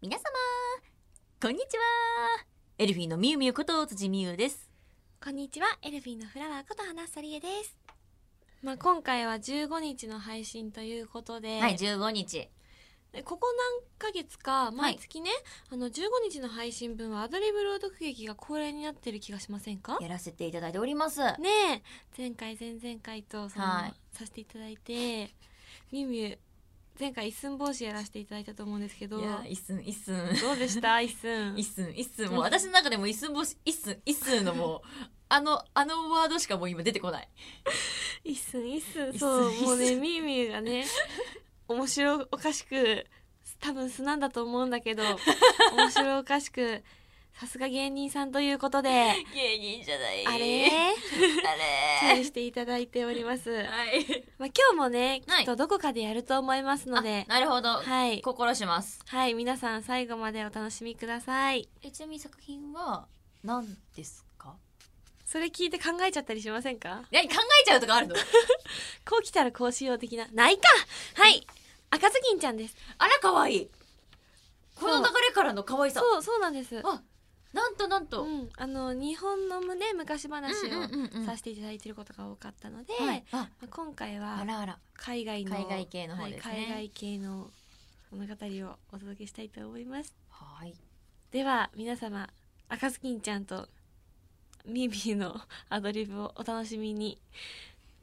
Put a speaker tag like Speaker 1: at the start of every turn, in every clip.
Speaker 1: 皆様こんにちはエルフィーのみゆみゆこと辻みゆです
Speaker 2: こんにちは、エルフィンのフラワーこと花さりえです。まあ、今回は15日の配信ということで、
Speaker 1: はい15日
Speaker 2: でここ何ヶ月か毎月ね、あの15日の配信分はアドリブ朗読劇が恒例になってる気がしませんか
Speaker 1: やらせていただいております
Speaker 2: ねえ前回前々回とその、
Speaker 1: はい
Speaker 2: させていただいてみゆみゆ前回一寸法師やらせていただいたと思うんですけ
Speaker 1: い
Speaker 2: どど
Speaker 1: や一寸一寸
Speaker 2: うでした一寸
Speaker 1: 一寸一寸もう私の中でも一寸星一寸一寸の もうあのあのワードしかもう今出てこない
Speaker 2: 一寸一寸そう
Speaker 1: 一寸一寸
Speaker 2: もうねみゆみゆがね面白おかしく多分素なんだと思うんだけど面白おかしくさすが芸人さんということで
Speaker 1: 芸人じゃない
Speaker 2: あれチ
Speaker 1: あ
Speaker 2: ャ
Speaker 1: れ
Speaker 2: レしていただいております、
Speaker 1: はい
Speaker 2: まあ、今日もね
Speaker 1: はい
Speaker 2: きっとどこかでやると思いますので
Speaker 1: なるほど、
Speaker 2: はい、
Speaker 1: 心します
Speaker 2: はい、皆さん最後までお楽しみください
Speaker 1: えちなみに作品は何ですか
Speaker 2: それ聞いて考えちゃったりしませんか
Speaker 1: 何考えちゃうとかあるの
Speaker 2: こう来たらこうしよう的なないかはい赤ずきんちゃんです
Speaker 1: あら可愛いこの流れからの可愛さ
Speaker 2: そうそうなんです
Speaker 1: あなんとなんと、
Speaker 2: うん、あの日本の胸昔話
Speaker 1: う
Speaker 2: を
Speaker 1: んうんうん
Speaker 2: させていただいていることが多かったので、
Speaker 1: はい、あ
Speaker 2: まあ、今回
Speaker 1: あ
Speaker 2: は
Speaker 1: らあら
Speaker 2: 海外の
Speaker 1: 海外系の方ですね
Speaker 2: はい海外系の物語をお届けしたいと思います
Speaker 1: はい
Speaker 2: では皆様赤ずきんちゃんとミーミーの アドリブをお楽しみに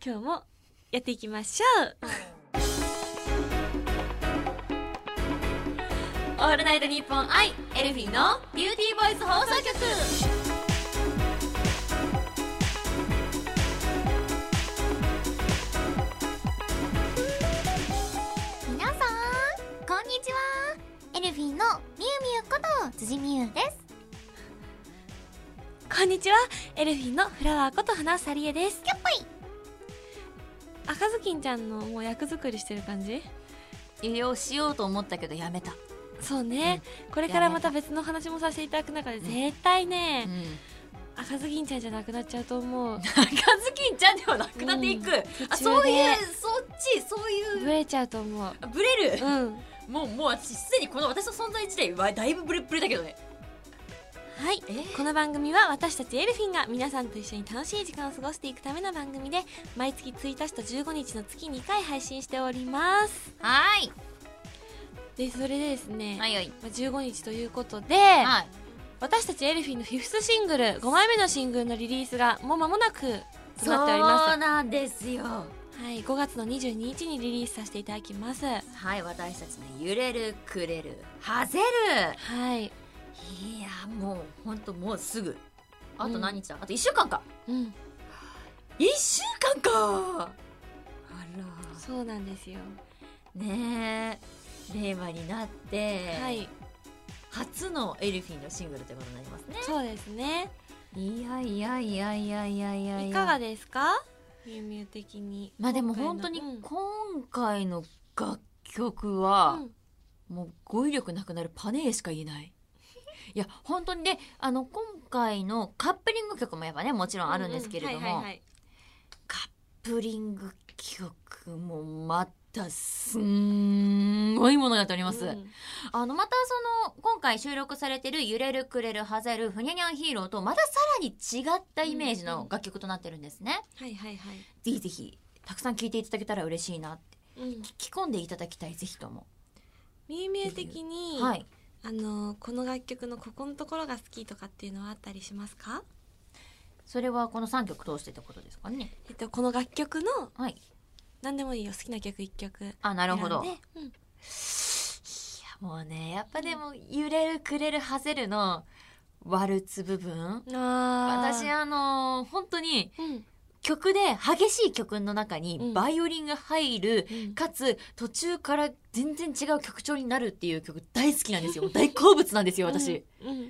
Speaker 2: 今日もやっていきましょう
Speaker 1: オールナイトニッポンアイエルフィンのビューティーボイス放送局
Speaker 3: 皆さんこんにちはエルフィンのみゆみゆこと辻みゆです
Speaker 2: こんにちはエルフィンのフラワーこと花さりえです
Speaker 3: キャッポイ
Speaker 2: 赤ずきんちゃんのもう役作りしてる感じ
Speaker 1: 入れをしようと思ったけどやめた、
Speaker 2: そうね、これからまた別の話もさせていただく中で絶対ね、赤ずきんちゃんじゃなくなっちゃうと思う
Speaker 1: 赤ずきんちゃんではなくなっていく、
Speaker 2: うん
Speaker 1: あ
Speaker 2: 途中
Speaker 1: そうい
Speaker 2: で
Speaker 1: うそっちそうい
Speaker 2: ブ
Speaker 1: う
Speaker 2: レちゃうと思う
Speaker 1: あブレる
Speaker 2: う、ん
Speaker 1: もうもう私すでにこの私の存在自体はだいぶブレッブレだけどね
Speaker 2: はい
Speaker 1: えー
Speaker 2: この番組は私たちエルフィンが皆さんと一緒に楽しい時間を過ごしていくための番組で毎月1日と15日の月2回配信しております
Speaker 1: はい
Speaker 2: でそれでですね、
Speaker 1: はいはい
Speaker 2: まあ15日ということで、
Speaker 1: はい
Speaker 2: 私たちエルフィンのフィフスシングル5枚目のシングルのリリースがもう間もなくとなっております
Speaker 1: そうなんですよ
Speaker 2: はい、5月の22日にリリースさせていただきます。は
Speaker 1: はい私たちの揺れるくれるはぜる
Speaker 2: い、
Speaker 1: いやもうほんともうすぐあと何日だ、あと1週間か
Speaker 2: うん、
Speaker 1: 1週間かあ
Speaker 2: そうなんですよ。
Speaker 1: らねえ令和になって、
Speaker 2: はい、
Speaker 1: 初のエルフィンのシングルということになりますね
Speaker 2: そうですね。
Speaker 1: いやいやいやいやいやいや
Speaker 2: いかがですか？ミュウミュウ的に。
Speaker 1: まあでも本当に今回の楽曲は、
Speaker 2: うん
Speaker 1: もう語彙力なくなるパネーしか言え ない。いや本当にねあの今回のカップリング曲もやっぱねもちろんあるんですけれど
Speaker 2: うんうんは
Speaker 1: も
Speaker 2: いはいはい
Speaker 1: カップリング曲もまたすんごいものになっております。
Speaker 2: うん
Speaker 1: あのまたその今回収録されてる「揺れるくれるはぜるふにゃにゃんヒーロー」とまたさらに違ったイメージの楽曲となってるんですね。
Speaker 2: はいはいはい。
Speaker 1: ぜひぜひたくさん聴いていただけたら嬉しいなって
Speaker 2: うん、
Speaker 1: 聞き込んでいただきたいぜひとも。
Speaker 2: ミュウミュウ的に、
Speaker 1: はい
Speaker 2: あのこの楽曲のここのところが好きとかっていうのはあったりしますか？
Speaker 1: それはこの3曲通してってことですかね。
Speaker 2: えっとこの楽曲の
Speaker 1: はい
Speaker 2: 何でもいいよ好きな曲一曲。
Speaker 1: あなるほど。
Speaker 2: 選んでうん
Speaker 1: もうねやっぱでも揺れるくれるはぜるのワルツ部分
Speaker 2: あー
Speaker 1: 私あのー本当に
Speaker 2: うん
Speaker 1: 曲で激しい曲の中
Speaker 2: う
Speaker 1: に
Speaker 2: ん
Speaker 1: バイオリンが入る、
Speaker 2: うん
Speaker 1: かつ途中から全然違う曲調になるっていう曲大好きなんです よ大好物なんですよ私、も
Speaker 2: うん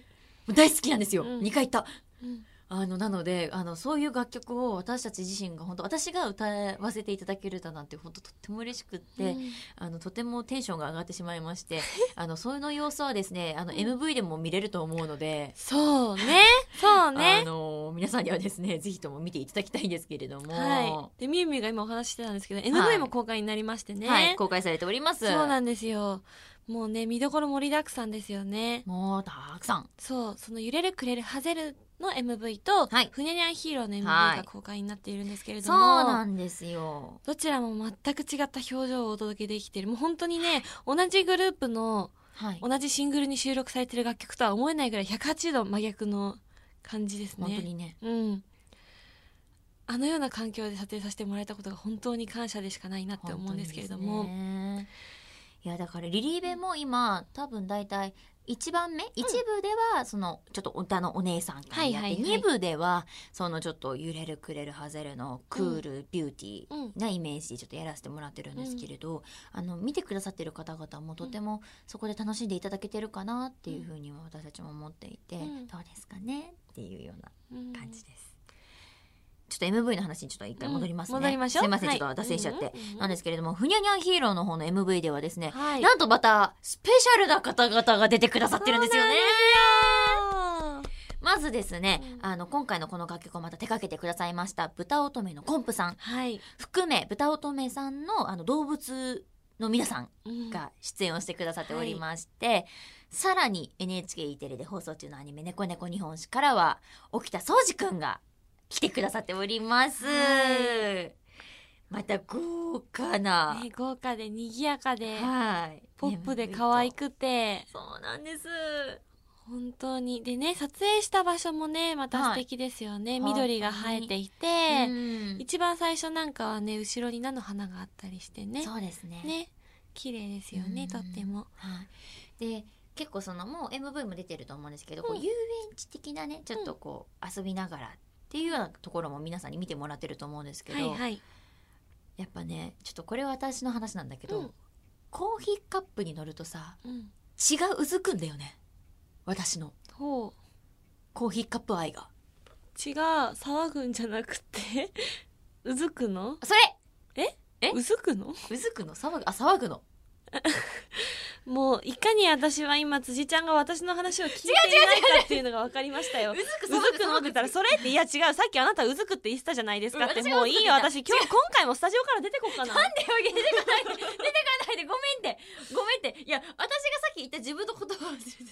Speaker 1: う大好きなんですよ、
Speaker 2: うん
Speaker 1: 2回言った
Speaker 2: うん
Speaker 1: あのなのであのそういう楽曲を私たち自身が本当私が歌わせていただけるだなんて本当とっても嬉しくって、
Speaker 2: うん
Speaker 1: あのとてもテンションが上がってしまいまして あのそういうの様子はですねあの MV でも見れると思うので、
Speaker 2: そうね、そう
Speaker 1: あ
Speaker 2: ね。
Speaker 1: の皆さんにはです ねぜひとも見ていただきたいんですけれども、
Speaker 2: はい。で、みゆみゆが今お話ししてたんですけど、
Speaker 1: はい
Speaker 2: MV も公開になりましてね。
Speaker 1: はい公開されております。
Speaker 2: そうなんですよ。もうね見どころ盛りだくさんですよね
Speaker 1: もうたくさん
Speaker 2: そうその「揺れるくれるはぜる」の MV と「
Speaker 1: はい
Speaker 2: ふねにゃんヒーロー」の MV
Speaker 1: はい
Speaker 2: が公開になっているんですけれど
Speaker 1: そう
Speaker 2: も、
Speaker 1: なんですよ
Speaker 2: どちらも全く違った表情をお届けできているもう本当にね同じグループの
Speaker 1: はい
Speaker 2: 同じシングルに収録されている楽曲とは思えないぐらい180度真逆の感じですね
Speaker 1: 本当にね
Speaker 2: うんあのような環境で撮影させてもらえたことが本当に感謝でしかないなって思うんですけれども、
Speaker 1: 本当にですねいやだからリリーベも今多分大体1番目、一部ではそのちょっと歌のお姉さんが
Speaker 2: はい
Speaker 1: やっ
Speaker 2: は
Speaker 1: て
Speaker 2: いはい
Speaker 1: 2部ではそのちょっと揺れるくれるはぜるのクールビューティ
Speaker 2: うん
Speaker 1: ーなイメージでちょっとやらせてもらってるんですけれど、あの見てくださってる方々もとてもそこで楽しんでいただけてるかなっていうふうには私たちも思っていて、
Speaker 2: うん
Speaker 1: どうですかねっていうような
Speaker 2: うん
Speaker 1: 感じです。ちょっと MV の話にちょっと一回戻りますね。
Speaker 2: うん戻りましょう
Speaker 1: すいません、
Speaker 2: は
Speaker 1: ち
Speaker 2: い
Speaker 1: ょっと脱線しちゃって。
Speaker 2: うんうんうん
Speaker 1: なんですけれども、ふにゃにゃんヒーローの方の MV ではですね、
Speaker 2: はい
Speaker 1: なんとまた、スペシャルな方々が出てくださってるんですよね。まずですね、
Speaker 2: うん
Speaker 1: あの、今回のこの楽曲をまた手掛けてくださいました、豚乙女のコンプさん
Speaker 2: はい、
Speaker 1: 含め、豚乙女さんの、あの、動物の皆さん
Speaker 2: うん
Speaker 1: が出演をしてくださっておりまして、さらに NHKE テレで放送中のアニメ「猫猫日本史」からは沖田総司くんが来てくださっております。
Speaker 2: は
Speaker 1: また豪華な、
Speaker 2: ね、豪華で賑やかで、
Speaker 1: はい、
Speaker 2: ポップで可愛
Speaker 1: く
Speaker 2: くて
Speaker 1: そうなんです。
Speaker 2: 本当にでね撮影した場所もねまた
Speaker 1: は
Speaker 2: 素
Speaker 1: い
Speaker 2: 敵ですよね、
Speaker 1: 本当に
Speaker 2: 緑が生えていて、
Speaker 1: うん
Speaker 2: 一番最初なんかはね後ろに菜の花があったりしてね
Speaker 1: そうですね。
Speaker 2: ね綺麗ですよね、
Speaker 1: うん
Speaker 2: とっても
Speaker 1: はい、で結構そのもう MV も出てると思うんですけど、こう
Speaker 2: うん
Speaker 1: 遊園地的なねちょっとこう遊びながらっていうようなところも皆さんに見てもらってると思うんですけ
Speaker 2: は
Speaker 1: ど、
Speaker 2: いはい
Speaker 1: やっぱねちょっとこれは私の話なんだけど、
Speaker 2: うん
Speaker 1: コーヒーカップに乗るとさ
Speaker 2: うん
Speaker 1: 血がうずくんだよね私の
Speaker 2: ほう
Speaker 1: コーヒーカップ愛が
Speaker 2: 血が騒ぐんじゃなくて うずくの
Speaker 1: それえ
Speaker 2: うずくの
Speaker 1: うずくの騒ぐあ騒ぐの
Speaker 2: もういかに私は今辻ちゃんが私の話を聞いていないかっていうのが分かりましたよ
Speaker 1: うずく
Speaker 2: うずくのって言ったらそれっていや違うさっきあなたうずくって言ってたじゃないですかってもういいよ私今日今回もスタジオから出てこっかな
Speaker 1: なんでよ出てかないで出てかないでごめんってごめんっていや私がさっき言った自分の言葉を忘れて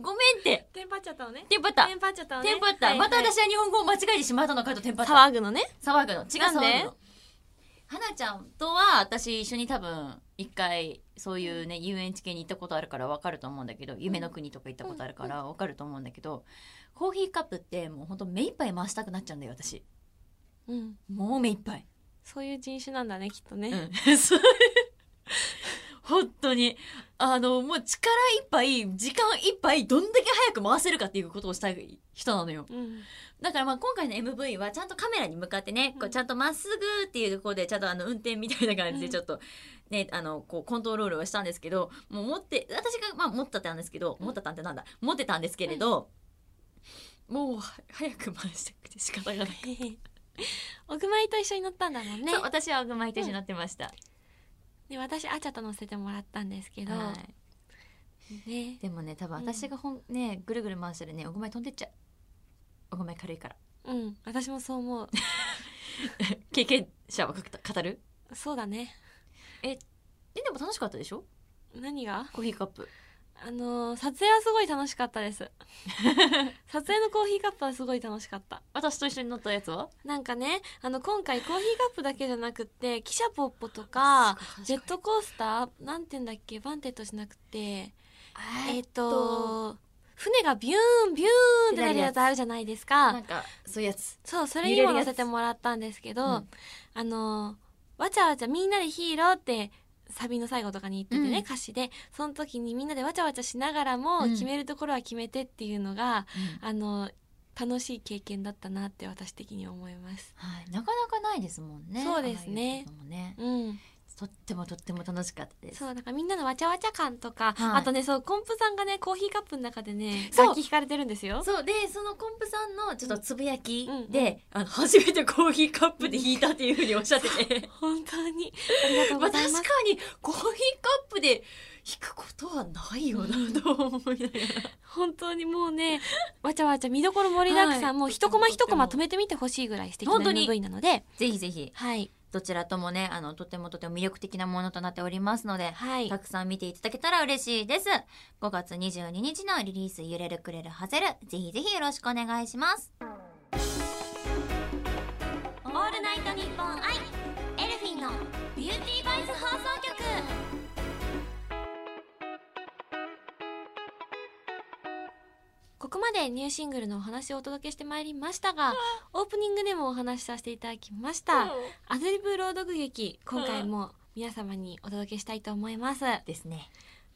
Speaker 1: ごめんって
Speaker 2: テンパっちゃったのね
Speaker 1: テンパった
Speaker 2: テンパっちゃったのね
Speaker 1: テンパった、
Speaker 2: はいは
Speaker 1: ま
Speaker 2: い
Speaker 1: た私は日本語を間違えてしまったのかとテンパった
Speaker 2: 騒ぐのね
Speaker 1: 騒ぐの違う
Speaker 2: なんで
Speaker 1: 騒ぐのはなちゃんとは私一緒に多分一回そういうね遊園地系に行ったことあるから分かると思うんだけど夢の国とか行ったことあるから分かると思うんだけどコーヒーカップってもうほんと目いっぱい回したくなっちゃうんだよ私
Speaker 2: うん
Speaker 1: もう目いっぱい
Speaker 2: そういう人種なんだねきっとね、
Speaker 1: うん そう本当にあのもう力いっぱい時間いっぱいどんだけ早く回せるかっていうことをしたい人なのよ
Speaker 2: うん
Speaker 1: だからまあ今回の MV はちゃんとカメラに向かってね、こ
Speaker 2: う
Speaker 1: うんちゃんとまっすぐっていうところでちゃんとあの運転みたいな感じで
Speaker 2: うん
Speaker 1: ちょっとね、あのこうコントロールをしたんですけどもう持って私がまあ持ってたんですけど
Speaker 2: うん
Speaker 1: 持ってたんってなんだ持ってたんですけれど、もうは早く回したくて仕方が ない、
Speaker 2: おぐまいと一緒に乗ったんだもんね
Speaker 1: そう私は毎年乗ってました、
Speaker 2: で私あちゃと乗せてもらったんですけど、
Speaker 1: はい
Speaker 2: ね
Speaker 1: でもね多分私がほん、ねぐるぐる回したらねおごめん飛んでっちゃうおごめん軽いから
Speaker 2: うん私もそう思う
Speaker 1: 経験者は語語る
Speaker 2: そうだね
Speaker 1: えでも楽しかったでしょ
Speaker 2: 何が
Speaker 1: コーヒーカップ
Speaker 2: あのー撮影はすごい楽しかったです 撮影のコーヒーカップはすごい楽しかった
Speaker 1: 私と一緒に乗ったやつは
Speaker 2: なんかねあの今回コーヒーカップだけじゃなくって汽車ポッポとかジェットコースターなんて言うんだっけバンテッドじゃなくてえっ、と船がビューンビューンってなるやつあるじゃないです
Speaker 1: な
Speaker 2: か
Speaker 1: んかそういうやつ
Speaker 2: そうそれにも乗せてもらったんですけど、
Speaker 1: うん
Speaker 2: あのーわちゃわちゃみんなでヒーローってサビの最後とかに言っててね、
Speaker 1: うん
Speaker 2: 歌詞でその時にみんなでわちゃわちゃしながらも
Speaker 1: うん
Speaker 2: 決めるところは決めてっていうのが、あの楽しい経験だったなって私的に思います。
Speaker 1: はい、なかなかないですもんね
Speaker 2: そうですね
Speaker 1: ああいうのもね
Speaker 2: うん、
Speaker 1: とってもとっても楽しかったです
Speaker 2: そうなんかみんなのわちゃわちゃ感とか、
Speaker 1: はい
Speaker 2: あとねそうコンプさんがねコーヒーカップの中でね
Speaker 1: そう
Speaker 2: 楽器弾かれてるんですよ。
Speaker 1: そうでそのコンプさんのちょっとつぶやき
Speaker 2: うん
Speaker 1: で、あの初めてコーヒーカップで弾いたっていうふうにおっしゃってて、
Speaker 2: 本当にありがとう
Speaker 1: ま
Speaker 2: ご
Speaker 1: あ
Speaker 2: ざい
Speaker 1: 確
Speaker 2: ま
Speaker 1: か
Speaker 2: す。
Speaker 1: にコーヒーカップで弾くことはないよなと思 いながら
Speaker 2: 本当にもうねわちゃわちゃ見どころ盛りだくさん、
Speaker 1: はい
Speaker 2: もう一コマ一コマ止めてみてほしいぐらい素敵な
Speaker 1: 本当に
Speaker 2: MV なので、
Speaker 1: ぜひぜひ
Speaker 2: はい、
Speaker 1: どちらともねあのとてもとても魅力的なものとなっておりますので
Speaker 2: はい
Speaker 1: たくさん見ていただけたら嬉しいです5月22日のリリース「ゆれるくれるはぜる」ぜひぜひよろしくお願いします
Speaker 3: オールナイトニッポンアイエルフィンのビューティーバイス放送局
Speaker 2: ここまでニューシングルのお話をお届けしてまいりましたがオープニングでもお話しさせていただきましたアドリブ朗読劇今回も皆様にお届けしたいと思います
Speaker 1: ですね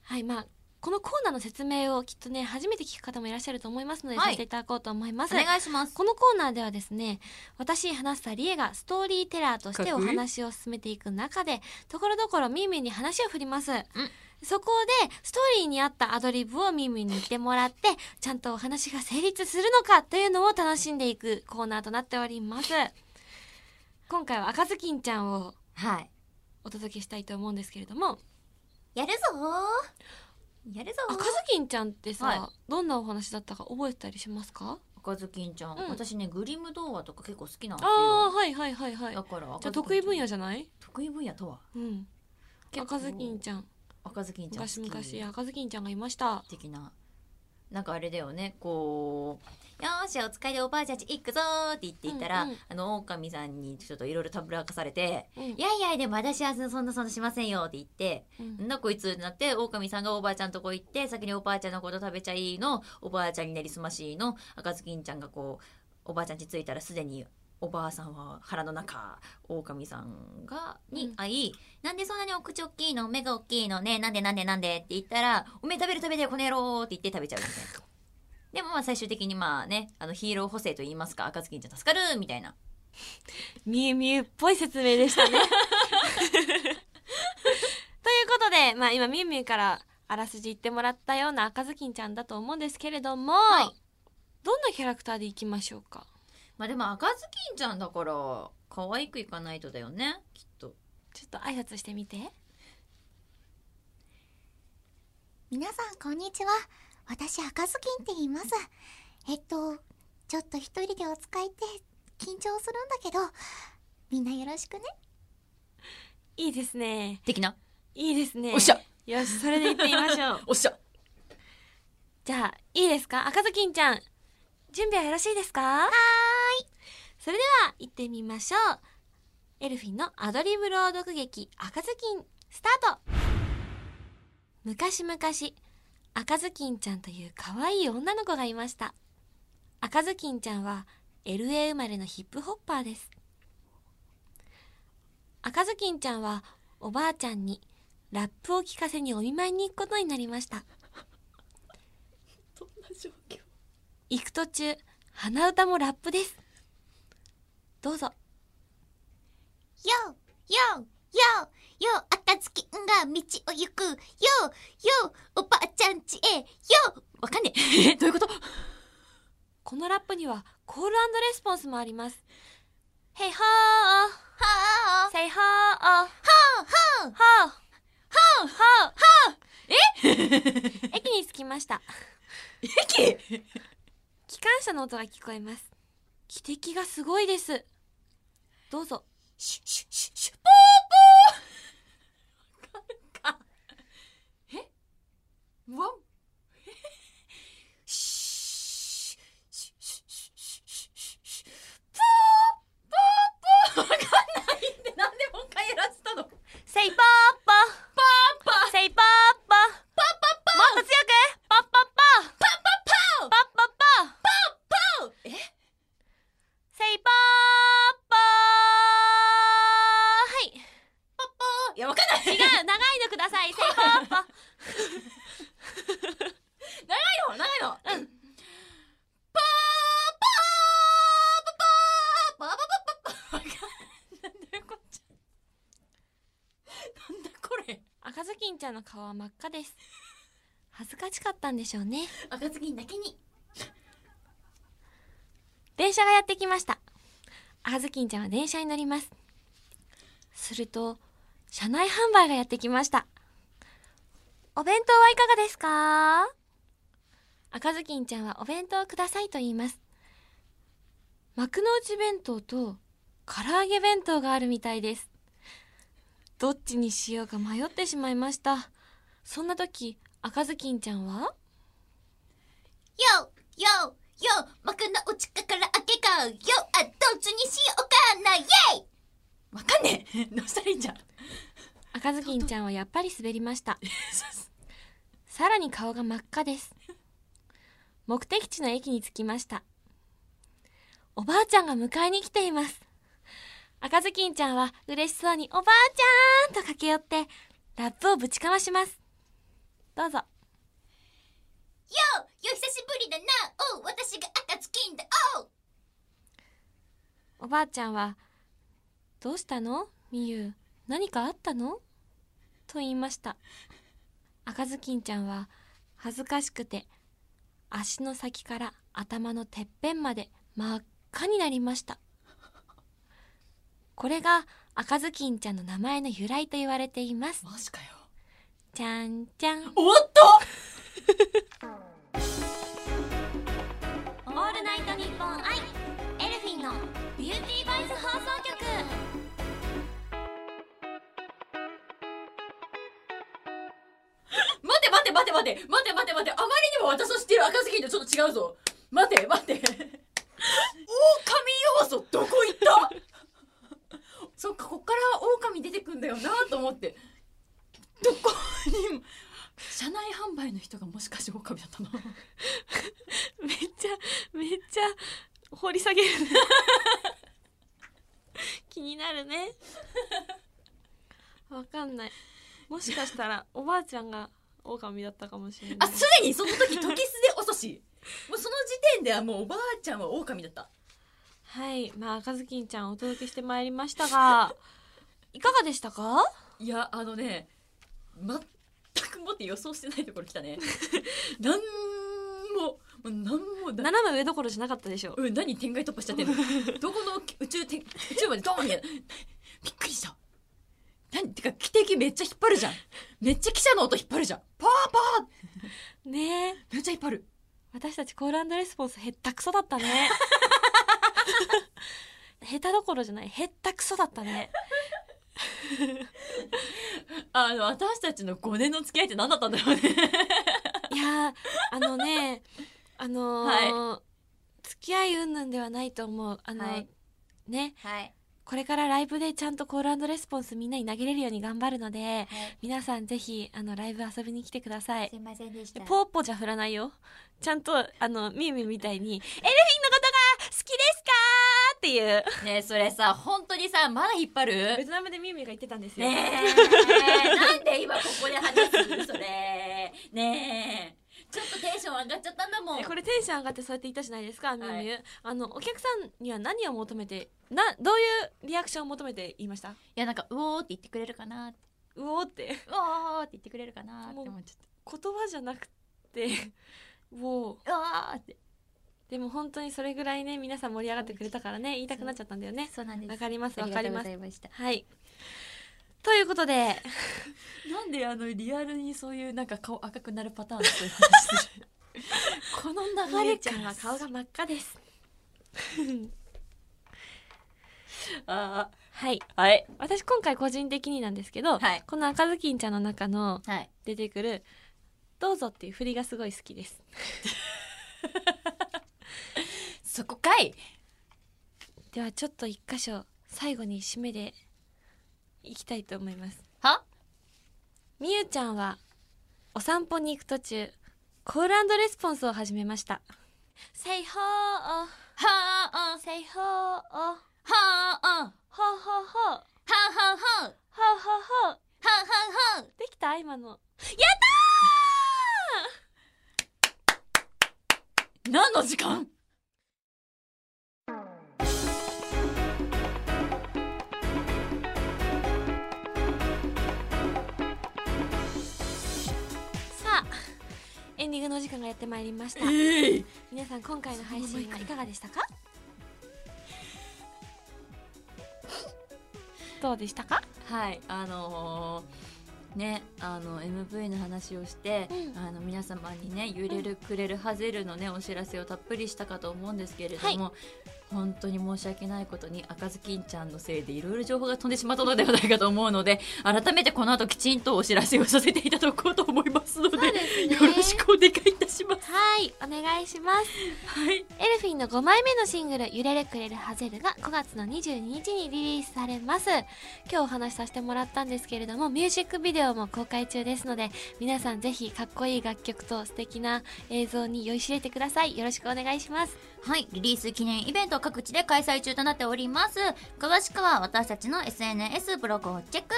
Speaker 2: はいまあこのコーナーの説明をきっとね初めて聞く方もいらっしゃると思いますので、
Speaker 1: はい
Speaker 2: させていただこうと思いま
Speaker 1: お
Speaker 2: す
Speaker 1: 願いします
Speaker 2: このコーナーではですね私花房理恵がストーリーテラーとし
Speaker 1: か
Speaker 2: て
Speaker 1: っ
Speaker 2: お
Speaker 1: こいい
Speaker 2: 話を進めていく中でところどころみーみーに話を振ります、そこでストーリーに合ったアドリブをみーみーに言ってもらってちゃんとお話が成立するのかというのを楽しんでいくコーナーとなっております今回は赤ずきんちゃんを
Speaker 1: はい
Speaker 2: お届けしたいと思うんですけれども
Speaker 3: やるぞ
Speaker 1: やるぞ
Speaker 2: 赤ずきんちゃんってさ、
Speaker 1: はい
Speaker 2: どんなお話だったか覚えてたりしますか
Speaker 1: 赤ずきんちゃん、
Speaker 2: うん
Speaker 1: 私ねグリム童話とか結構好きなんです
Speaker 2: ああ
Speaker 1: よ
Speaker 2: はいはいはいはいじ
Speaker 1: だ
Speaker 2: ゃ
Speaker 1: から赤ずきんちゃ
Speaker 2: あ
Speaker 1: ん
Speaker 2: 得意分野じゃない
Speaker 1: 得意分野とは
Speaker 2: うん
Speaker 1: 結構
Speaker 2: 赤ずきんちゃん
Speaker 1: 赤ずきんちゃん
Speaker 2: 昔
Speaker 1: 好き
Speaker 2: 々赤ずきんちゃんがいました
Speaker 1: 的ななんかあれだよねこう「よーしお使いでおばあちゃんち行くぞ」って言っていたら、
Speaker 2: うんうん
Speaker 1: あの狼さんにちょっといろいろたぶらかされて
Speaker 2: うん
Speaker 1: 「いやいやでも私はそんなそんなしませんよ」って言って「
Speaker 2: うん
Speaker 1: なんだこいつ」ってなって狼さんがおばあちゃんとこ行って先におばあちゃんのこと食べちゃいいのおばあちゃんになりすましいの赤ずきんちゃんがこうおばあちゃんち着いたらすでにおばあさんは腹の中狼さんがに会い、なんでそんなにお口大きいの目が大きいのねなんでなんでなんでって言ったら「おめえ食べる食べてこの野郎」って言って食べちゃうみたいな。でもまあ最終的にまあねあのヒーロー補正と言いますか赤ずきんちゃん助かるみたいな
Speaker 2: みゆみゆっぽい説明 でしたねということで、まあ、今みゆみゆからあらすじ言ってもらったような赤ずきんちゃんだと思うんですけれども、
Speaker 1: はい
Speaker 2: どんなキャラクターでいきましょうか
Speaker 1: まあでも赤ずきんちゃんだから可愛くいかないとだよねきっと
Speaker 2: ちょっと挨拶してみて
Speaker 3: 皆さんこんにちは私赤ずきんって言いますえっとちょっと一人でお使いって緊張するんだけどみんなよろしくね
Speaker 2: いいですね
Speaker 1: 的ない
Speaker 2: いですね
Speaker 1: おっしゃ
Speaker 2: よしそれでいってみまし ょう
Speaker 1: おっしゃ
Speaker 2: じゃあいいですか赤ずきんちゃん準備はよろしいですかはーいそれでは行ってみましょうエルフィンのアドリブ朗読劇赤ずきんスタート昔々赤ずきんちゃんという可愛い女の子がいました赤ずきんちゃんは LA 生まれのヒップホッパーです赤ずきんちゃんはおばあちゃんにラップを聴かせにお見舞いに行くことになりました
Speaker 1: どんな状況
Speaker 2: 行く途中鼻歌もラップですどうぞ
Speaker 3: よよよよ赤ずきんが道を行くよよおばあちゃんちへよ
Speaker 1: わかんねええどういうこと
Speaker 2: このラップにはコールレスポンスもあります「ヘイホ
Speaker 3: は
Speaker 2: ーセイホーホーホーホーホーホーえ駅に着きました
Speaker 1: 駅
Speaker 2: 機関車の音が聞こえます汽笛がすごいですどうぞ
Speaker 1: シュシュシュシュポーポーわかるかえワンシュシュシュシュシュシュシュポーポーポーわかんないってなんでもう一回やらせたの
Speaker 2: 「セイパーパーパーパーセイパーパーパーパーもっと強くパッパッパーパッパッパーパッパッパ
Speaker 1: え
Speaker 2: ーセイパーパーはい
Speaker 1: いやわかんない
Speaker 2: 違う長 いのくださいセイパーパー
Speaker 1: 長いの長いのうんパーパーパーパーパーパーパーパーわかんないなんだよこっちなんだこれ
Speaker 2: 赤ずきんちゃんの顔は真っ赤です恥ずかしかったんでしょうね
Speaker 1: 赤ずきんだけに
Speaker 2: 電車がやってきました赤ずきんちゃんは電車に乗りますすると車内販売がやってきましたお弁当はいかがですか赤ずきんちゃんはお弁当をくださいと言います幕の内弁当と唐揚げ弁当があるみたいですどっちにしようか迷ってしまいましたそんな時赤ずきんちゃんは
Speaker 3: よよよ幕の内かからあけがよあどっちにしようかなイエイ
Speaker 1: わかんねえどうしたらいいんじゃん
Speaker 2: 赤ずきんちゃんはやっぱり滑りましたさらに顔が真っ赤です目的地の駅に着きましたおばあちゃんが迎えに来ています赤ずきんちゃんは嬉しそうに「おばあちゃん!」と駆け寄ってラップをぶちかましますどうぞ
Speaker 3: よよ久しぶりだなおう私が赤ずきんだおう
Speaker 2: おばあちゃんは「どうしたのみゆ何かあったの?」と言いました赤ずきんちゃんは恥ずかしくて足の先から頭のてっぺんまで真っ赤になりましたこれが赤ずきんちゃんの名前の由来と言われています
Speaker 1: マジかよ
Speaker 2: じゃんじゃん
Speaker 1: おっと
Speaker 2: オールナイトニッポンアイエルフィンのビューティーバイス放送局
Speaker 1: 待て待て待て待て待て待て待てあまりにも私の知ってる赤ずきんとちょっと違うぞ待て待て狼要素どこ行ったそっかこっから狼出てくんだよなと思ってどこにも車内販売の人がもしかして狼だったな
Speaker 2: めっちゃめっちゃ掘り下げるね 気になるねわかんないもしかしたらおばあちゃんが狼だったかもしれな
Speaker 1: あ
Speaker 2: い
Speaker 1: すでにその時時すで遅しもうその時点ではもうおばあちゃんは狼だった
Speaker 2: はいまあ赤ずきんちゃんお届けしてまいりましたが いかがでしたか
Speaker 1: いやあのね全くもって予想してないところ来たね なんももうなんもな
Speaker 2: 斜め上どころじゃなかったでしょ
Speaker 1: うん、何天外突破しちゃ ってるのどこの宇宙て宇宙までドーンみたいなびっくりした何てか汽笛めっちゃ引っ張るじゃんめっちゃ汽車の音引っ張るじゃんパーパ
Speaker 2: ねえ
Speaker 1: ーめっちゃ引っ張る
Speaker 2: 私たちコールレスポンスへったくそだった ね下手どころじゃないへったくそだったね
Speaker 1: あの私たちの5年の付き合いって何だったんだろうね
Speaker 2: いやーあのねあのー付き合い云々ではないと思うあの、
Speaker 1: はい
Speaker 2: ね
Speaker 1: はい
Speaker 2: これからライブでちゃんとコールレスポンスみんなに投げれるように頑張るので
Speaker 1: はい
Speaker 2: 皆さんぜひあのライブ遊びに来てください
Speaker 1: いませんでし
Speaker 2: ポーポじゃ振らないよちゃんとあのみゆみゆみ たいに「エルフィンのことが好きですか?」っていう
Speaker 1: ねえそれさ本当にさまだ引っ張る
Speaker 2: ベトナムでみゆみゆが言ってたんですよ、
Speaker 1: ねえなんで今ここで話すそれねえちょっとテンション上がっちゃったんだもん
Speaker 2: えこれテンション上がってそうやって言ったじゃないですかみゆみゆ、あのお客さんには何を求めてなどういうリアクションを求めて言いました
Speaker 1: いやなんかうおーって言ってくれるかなって
Speaker 2: うおーって
Speaker 1: うおーって言ってくれるかなって思っちゃっ
Speaker 2: 言葉じゃなくてもう
Speaker 1: たうおーって
Speaker 2: でも本当にそれぐらいね皆さん盛り上がってくれたからね言いたくなっちゃったんだよね
Speaker 1: そうなんで
Speaker 2: わ
Speaker 1: す
Speaker 2: かりますわかります
Speaker 1: いました
Speaker 2: はいということで
Speaker 1: なんであのリアルにそういうなんか顔赤くなるパターンそういう話するこの流
Speaker 2: ゆ
Speaker 1: れ
Speaker 2: うちゃんは顔が真っ赤です
Speaker 1: あ
Speaker 2: はい
Speaker 1: あはい
Speaker 2: 私今回個人的になんですけど、
Speaker 1: はい
Speaker 2: この赤ずきんちゃんの中の
Speaker 1: はい
Speaker 2: 出てくる「どうぞ」っていう振りがすごい好きです
Speaker 1: そこかい
Speaker 2: ではちょっと一箇所最後に締めでいきたいと思います
Speaker 1: は
Speaker 2: みゆちゃんはお散歩に行く途中コールレスポンスを始めました「セイホー
Speaker 1: はあ
Speaker 2: セイホーはあ
Speaker 1: はあ
Speaker 2: ほうほうほう
Speaker 1: はあはあはあはあは
Speaker 2: ほうほうほう
Speaker 1: あはあ
Speaker 2: できた今の
Speaker 1: 何の時間
Speaker 2: さあエンディングのお時間がやってまいりました
Speaker 1: えい
Speaker 2: 皆さん今回の配信はいかがでしたかどうでしたか
Speaker 1: はいあのねあの MV の話をして、
Speaker 3: うん
Speaker 1: あの皆様にね揺れるくれるハゼルのねお知らせをたっぷりしたかと思うんですけれども、本当に申し訳ないことに赤ずきんちゃんのせいでいろいろ情報が飛んでしまったのではないかと思うので改めてこの後きちんとお知らせをさせていただこうと思いますので
Speaker 2: そうですね
Speaker 1: よろしくお願いいたします。
Speaker 2: はいお願いします
Speaker 1: はい、
Speaker 2: エルフィンの5枚目のシングル「揺れれくれるハゼル」が5月の22日にリリースされます今日お話しさせてもらったんですけれどもミュージックビデオも公開中ですので皆さんぜひかっこいい楽曲と素敵な映像に酔いしれてくださいよろしくお願いします
Speaker 1: はい、リリース記念イベント各地で開催中となっております。詳しくは私たちの SNS ブログをチェック。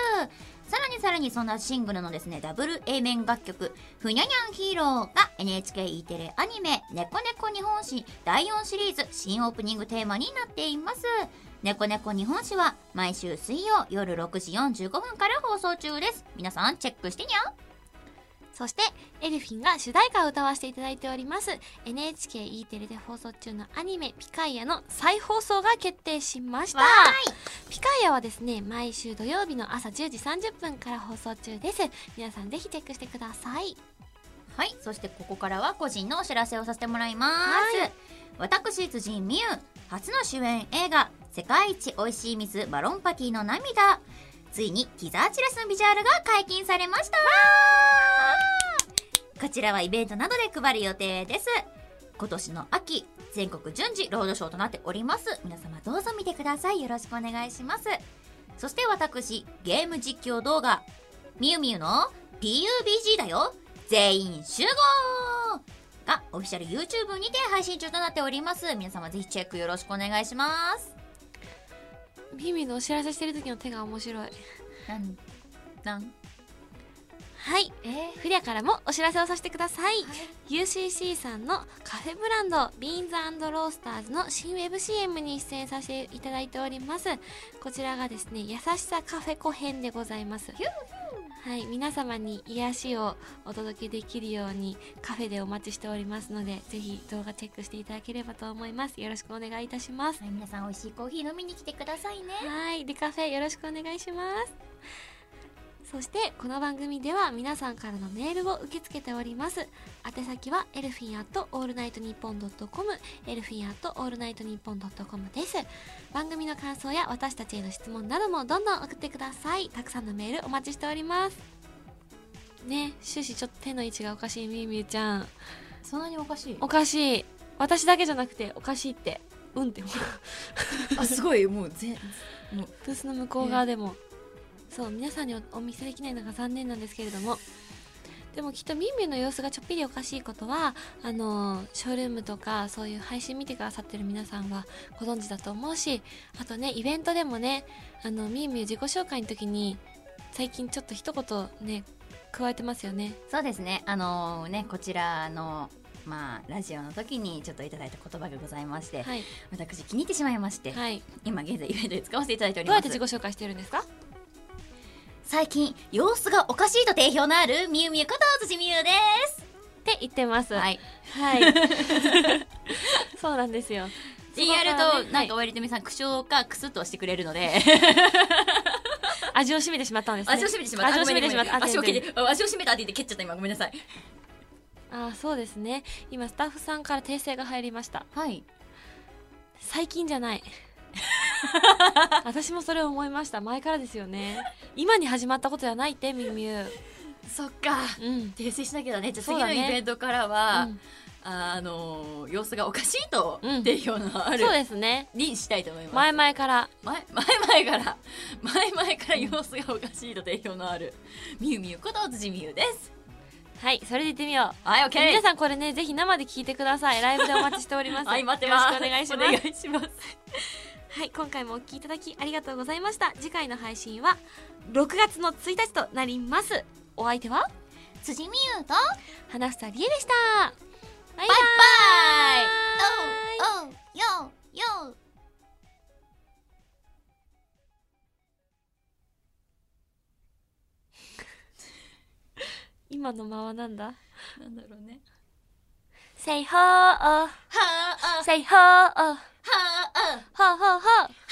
Speaker 1: さらにさらにそんなシングルのですね、ダブル A 面楽曲、ふにゃにゃんヒーローが NHKE テレアニメ、ねこねこ日本史第4シリーズ新オープニングテーマになっています。ねこねこ日本史は毎週水曜夜6時45分から放送中です。皆さんチェックしてにゃ
Speaker 2: そしてエルフィンが主題歌を歌わせていただいております NHKE テレで放送中のアニメ「ピカイア」の再放送が決定しました
Speaker 1: わ
Speaker 2: ピカイアはですね毎週土曜日の朝10時30分から放送中です皆さんぜひチェックしてください
Speaker 1: はい、そしてここからは個人のお知らせをさせてもらいます。私、辻美優、初の主演映画、世界一美味しい水マロンパティの涙。ついにティザーチラスのビジュアルが解禁されました。こちらはイベントなどで配る予定です。今年の秋、全国順次ロードショーとなっております。皆様どうぞ見てください。よろしくお願いします。そして私、ゲーム実況動画、みゆみゆの PUBG だよ全員集合がオフィシャル YouTube にて配信中となっております。皆様ぜひチェックよろしくお願いします。
Speaker 2: ミミのお知らせしてる時の手が面白い
Speaker 1: なん、なん、
Speaker 2: はい
Speaker 1: え
Speaker 2: フリアからもお知らせをさせてください UCC さんのカフェブランドビーンズロースターズの新ウェブ CM に出演させていただいておりますこちらがですね優しさカフェコ編でございますはい皆様に癒しをお届けできるようにカフェでお待ちしておりますのでぜひ動画チェックしていただければと思いますよろしくお願いいたします
Speaker 1: はい、皆さん美味しいコーヒー飲みに来てくださいね。
Speaker 2: はい、デカフェよろしくお願いします。そしてこの番組では皆さんからのメールを受け付けております。宛先はエルフィンアットオールナイトニッポンドットコム、エルフィンアットオールナイトニッポンドットコムです。番組の感想や私たちへの質問などもどんどん送ってください。たくさんのメールお待ちしております。ね、終始ちょっと手の位置がおかしいみゆみゆちゃん。
Speaker 1: そんなにおかしい
Speaker 2: おかしい。私だけじゃなくておかしいって。うんって思う。
Speaker 1: あ、すごい、もう全、
Speaker 2: ブースの向こう側でも、そう皆さんにおお見せできないのが残念なんですけれどもでもきっとみんみんの様子がちょっぴりおかしいことはあのーショールームとかそういう配信見てくださってる皆さんはご存知だと思うしあとねイベントでもねあのみんみん自己紹介の時に最近ちょっと一言ね加えてますよね
Speaker 1: そうですね。あのね、こちらの、まあ、ラジオの時にちょっといただいた言葉がございまして、
Speaker 2: はい、
Speaker 1: 私気に入ってしまいまして、
Speaker 2: はい、
Speaker 1: 今現在イベントで使わせていただいており
Speaker 2: どう
Speaker 1: ま
Speaker 2: やっ
Speaker 1: す
Speaker 2: て自己。紹介してるんですか
Speaker 1: 最近、様子がおかしいと定評のある、みゆみゆこと辻みゆです。
Speaker 2: って言ってます、
Speaker 1: はいい。
Speaker 2: はい、 そうなんですよ
Speaker 1: でや
Speaker 2: そこから
Speaker 1: る
Speaker 2: ね
Speaker 1: と、なんか割と皆さん苦笑かクスッとしてくれるので、
Speaker 2: 味を占めてしまったんです、ね、
Speaker 1: 足を締めてしま った。
Speaker 2: 味を占めてしまっ
Speaker 1: あ
Speaker 2: た
Speaker 1: ごめん足を
Speaker 2: あ全
Speaker 1: 蹴
Speaker 2: 然
Speaker 1: って、足を締めたって言って蹴っちゃった今、ごめんなさい。
Speaker 2: あーそうですね今スタッフさんから訂正が入りました
Speaker 1: はい。
Speaker 2: 最近じ ゃない私もそれを思いました前からですよね今に始まったことじゃないってみみゅう
Speaker 1: そっか。
Speaker 2: うん、
Speaker 1: 訂正しなきゃだね。じゃあ
Speaker 2: そ
Speaker 1: 次
Speaker 2: うだ
Speaker 1: の
Speaker 2: ね
Speaker 1: イベントからは、
Speaker 2: うん
Speaker 1: あのー、様子がおかしいと
Speaker 2: うん、
Speaker 1: 定評のある
Speaker 2: そう、ですね
Speaker 1: にしたいと思いま
Speaker 2: 前
Speaker 1: す。
Speaker 2: 々から
Speaker 1: 前、前々から、前々から様子がおかしいと定評のある、みゆみゆこと辻みゆです。
Speaker 2: はいそれで行ってみよ
Speaker 1: はい、オッ
Speaker 2: う
Speaker 1: ケー
Speaker 2: 皆さんこれねぜひ生で聞いてくださいライブでお待ちしております
Speaker 1: はい、待ってます。
Speaker 2: よろしくお願いします
Speaker 1: お願いします。
Speaker 2: はい、今回もお聞きいただきありがとうございました。次回の配信は6月の1日となります。お相手は
Speaker 3: 辻美優と
Speaker 2: 花房理恵でした。バイバイ。
Speaker 3: おうようよう
Speaker 2: 今の間はなんだ
Speaker 1: なんだろうね。
Speaker 2: ?Say ho,
Speaker 1: はあ、
Speaker 2: say ho,
Speaker 1: はあ。
Speaker 2: ho, ho, ho.